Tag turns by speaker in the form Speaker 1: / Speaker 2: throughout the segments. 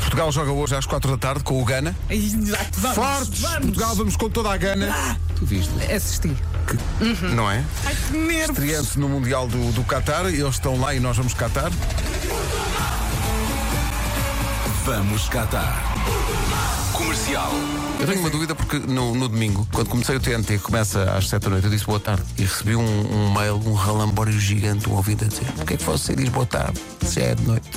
Speaker 1: Portugal joga hoje às 4 da tarde com o Gana.
Speaker 2: Exato, vamos.
Speaker 1: Fortes!
Speaker 2: Vamos! Ah,
Speaker 1: Portugal, vamos com toda a Gana. Tu viste,
Speaker 2: Assisti. Uhum.
Speaker 1: não é?
Speaker 2: Ai, que nervos.
Speaker 1: Estreante no Mundial do, do Qatar. Eles estão lá e nós vamos Qatar.
Speaker 3: Vamos Catar. Comercial.
Speaker 1: Eu tenho uma dúvida porque no, no domingo, quando comecei o TNT, começa às 7 da noite, eu disse boa tarde e recebi um, um mail, um relambório gigante, um ouvido a dizer: O que é que você diz boa tarde? Se é de noite.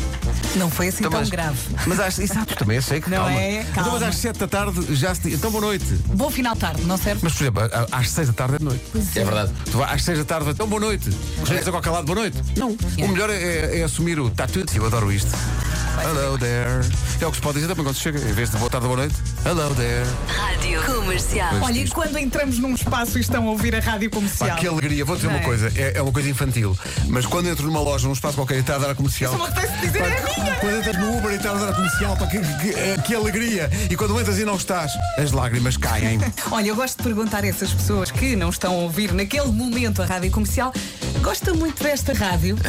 Speaker 2: Não foi assim
Speaker 1: Então,
Speaker 2: tão grave.
Speaker 1: Mas às, exato, também eu sei que
Speaker 2: Não
Speaker 1: calma.
Speaker 2: é?
Speaker 1: Então, mas
Speaker 2: Calma.
Speaker 1: às 7 da tarde já se. Então boa noite.
Speaker 2: Bom final de tarde, não serve?
Speaker 1: Mas, por exemplo, a- a- às 6 da tarde é de noite. é. verdade. Tu vais às 6 da tarde, então boa noite.
Speaker 2: é.
Speaker 1: Chegas a qualquer lado, boa noite. Não. O melhor é, é assumir o tattoo. Eu adoro isto. Hello there. É o que se pode dizer também quando se chega, em vez de boa tarde, boa noite. Hello there.
Speaker 4: Rádio Comercial.
Speaker 2: Olha, e quando entramos num espaço e estão a ouvir a rádio
Speaker 1: Pá,
Speaker 2: comercial?
Speaker 1: que alegria. Vou dizer
Speaker 2: Não
Speaker 1: uma
Speaker 2: é?
Speaker 1: coisa, é, é uma coisa infantil. Mas quando entro numa loja, num espaço qualquer e está a dar a comercial.
Speaker 2: Isso não tem de dizer,
Speaker 1: Pá,
Speaker 2: é minha.
Speaker 1: Quando entras no Uber e está a dar a comercial, pá, que, é, que- que alegria. E quando entras e não estás, as lágrimas caem.
Speaker 2: Olha, eu gosto de perguntar a essas pessoas que não estão a ouvir naquele momento a rádio comercial. Gosta muito desta rádio?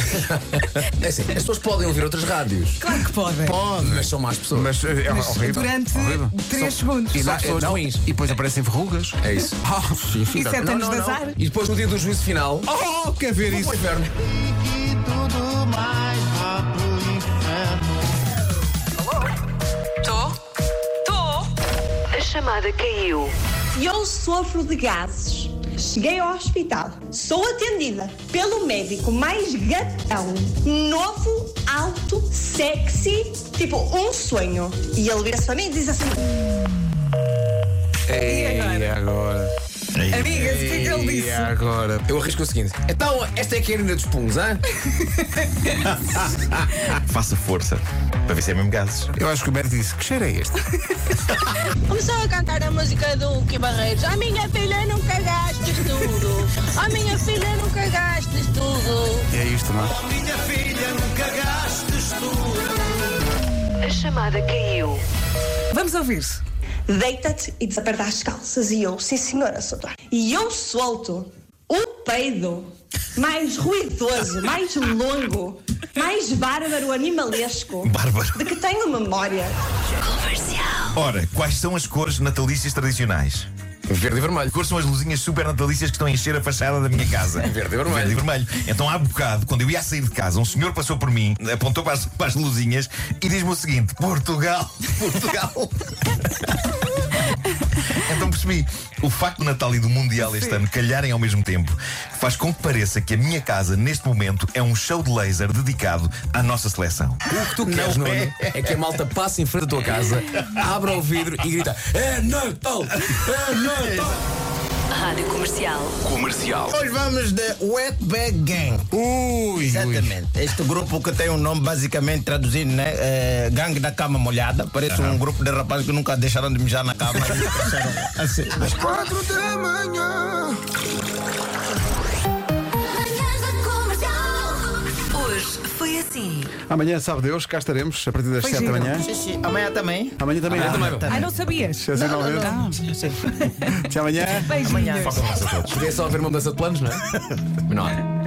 Speaker 5: É assim, as pessoas podem ouvir outras rádios,
Speaker 2: Claro que podem.
Speaker 5: mas são más pessoas.
Speaker 1: Mas é, é horrível.
Speaker 2: Durante
Speaker 1: horrível.
Speaker 2: 3 segundos.
Speaker 1: E,
Speaker 5: São
Speaker 1: dá-
Speaker 5: pessoas
Speaker 1: não,
Speaker 5: ruins.
Speaker 1: e depois aparecem verrugas.
Speaker 5: É isso.
Speaker 1: Ah, sim,
Speaker 2: E
Speaker 1: fica-
Speaker 2: 7 anos é de azar?
Speaker 5: E depois no dia do juízo final.
Speaker 1: Oh, quer ver isso?
Speaker 5: Foi inferno.
Speaker 4: Tô? Tô?
Speaker 6: A chamada caiu.
Speaker 7: Eu sofro de gases. Cheguei ao hospital. Sou atendida pelo médico mais gatão, novo, alto, sexy, tipo um sonho. E ele vira-se para mim e diz assim:
Speaker 1: E agora?
Speaker 2: Amiga, o que é que ele
Speaker 1: E
Speaker 2: disse?
Speaker 1: agora?
Speaker 5: Eu arrisco o seguinte. Então, esta é a Karina dos Puns, hã?
Speaker 8: Faça força para ver se é mesmo gases.
Speaker 1: Eu acho que o médico disse: que cheiro é este?
Speaker 9: Começou a cantar a música do Hugo Barreiros. A minha filha nunca gastes tudo. A minha filha nunca gastes tudo.
Speaker 1: E é isto, não é?
Speaker 6: A chamada caiu.
Speaker 2: Vamos ouvir-se.
Speaker 7: deita-te e desaperta as calças. E eu, sim senhora, sou tua. E eu solto o peido mais ruidoso, mais longo, mais bárbaro, animalesco,
Speaker 8: Bárbaro.
Speaker 7: de que tenho memória.
Speaker 4: Comercial.
Speaker 8: Ora, quais são as cores natalícias tradicionais?
Speaker 5: Verde e vermelho.
Speaker 8: Que cores são as luzinhas super natalícias que estão a encher a fachada da minha casa?
Speaker 5: Verde e vermelho.
Speaker 8: Verde e vermelho. Então, há bocado, quando eu ia a sair de casa, um senhor passou por mim, apontou para as, para as luzinhas e diz-me o seguinte: Portugal, Portugal. Então percebi, o facto do Natal e do Mundial este ano calharem ao mesmo tempo faz com que pareça que a minha casa, neste momento, é um show de laser dedicado à nossa seleção.
Speaker 5: O que tu queres,
Speaker 8: Não
Speaker 5: Nuno,
Speaker 8: é.
Speaker 5: é que a malta passe em frente à tua casa, abra o vidro e grita: É Natal! É Natal!
Speaker 4: Rádio Comercial.
Speaker 3: Comercial.
Speaker 10: Hoje vamos de Wetback Gang.
Speaker 1: Ui, ui.
Speaker 10: Exatamente. Este grupo que tem um nome basicamente traduzido, né? É, Gangue da Cama Molhada. Parece um grupo de rapazes que nunca deixaram de mijar na cama. Deixaram assim.
Speaker 4: Hoje foi assim.
Speaker 1: Amanhã, sabe Deus, cá estaremos a partir das
Speaker 2: Foi
Speaker 1: 7 da
Speaker 2: giro.
Speaker 1: manhã.
Speaker 10: Sim, sim. Amanhã também.
Speaker 1: Amanhã também. há.
Speaker 2: Ai, não sabias?
Speaker 1: Se assim não ver.
Speaker 10: Sim.
Speaker 1: Até amanhã.
Speaker 2: Beijinhos.
Speaker 1: Tá.
Speaker 5: Podia só haver uma mudança de planos, não é? Mas não há.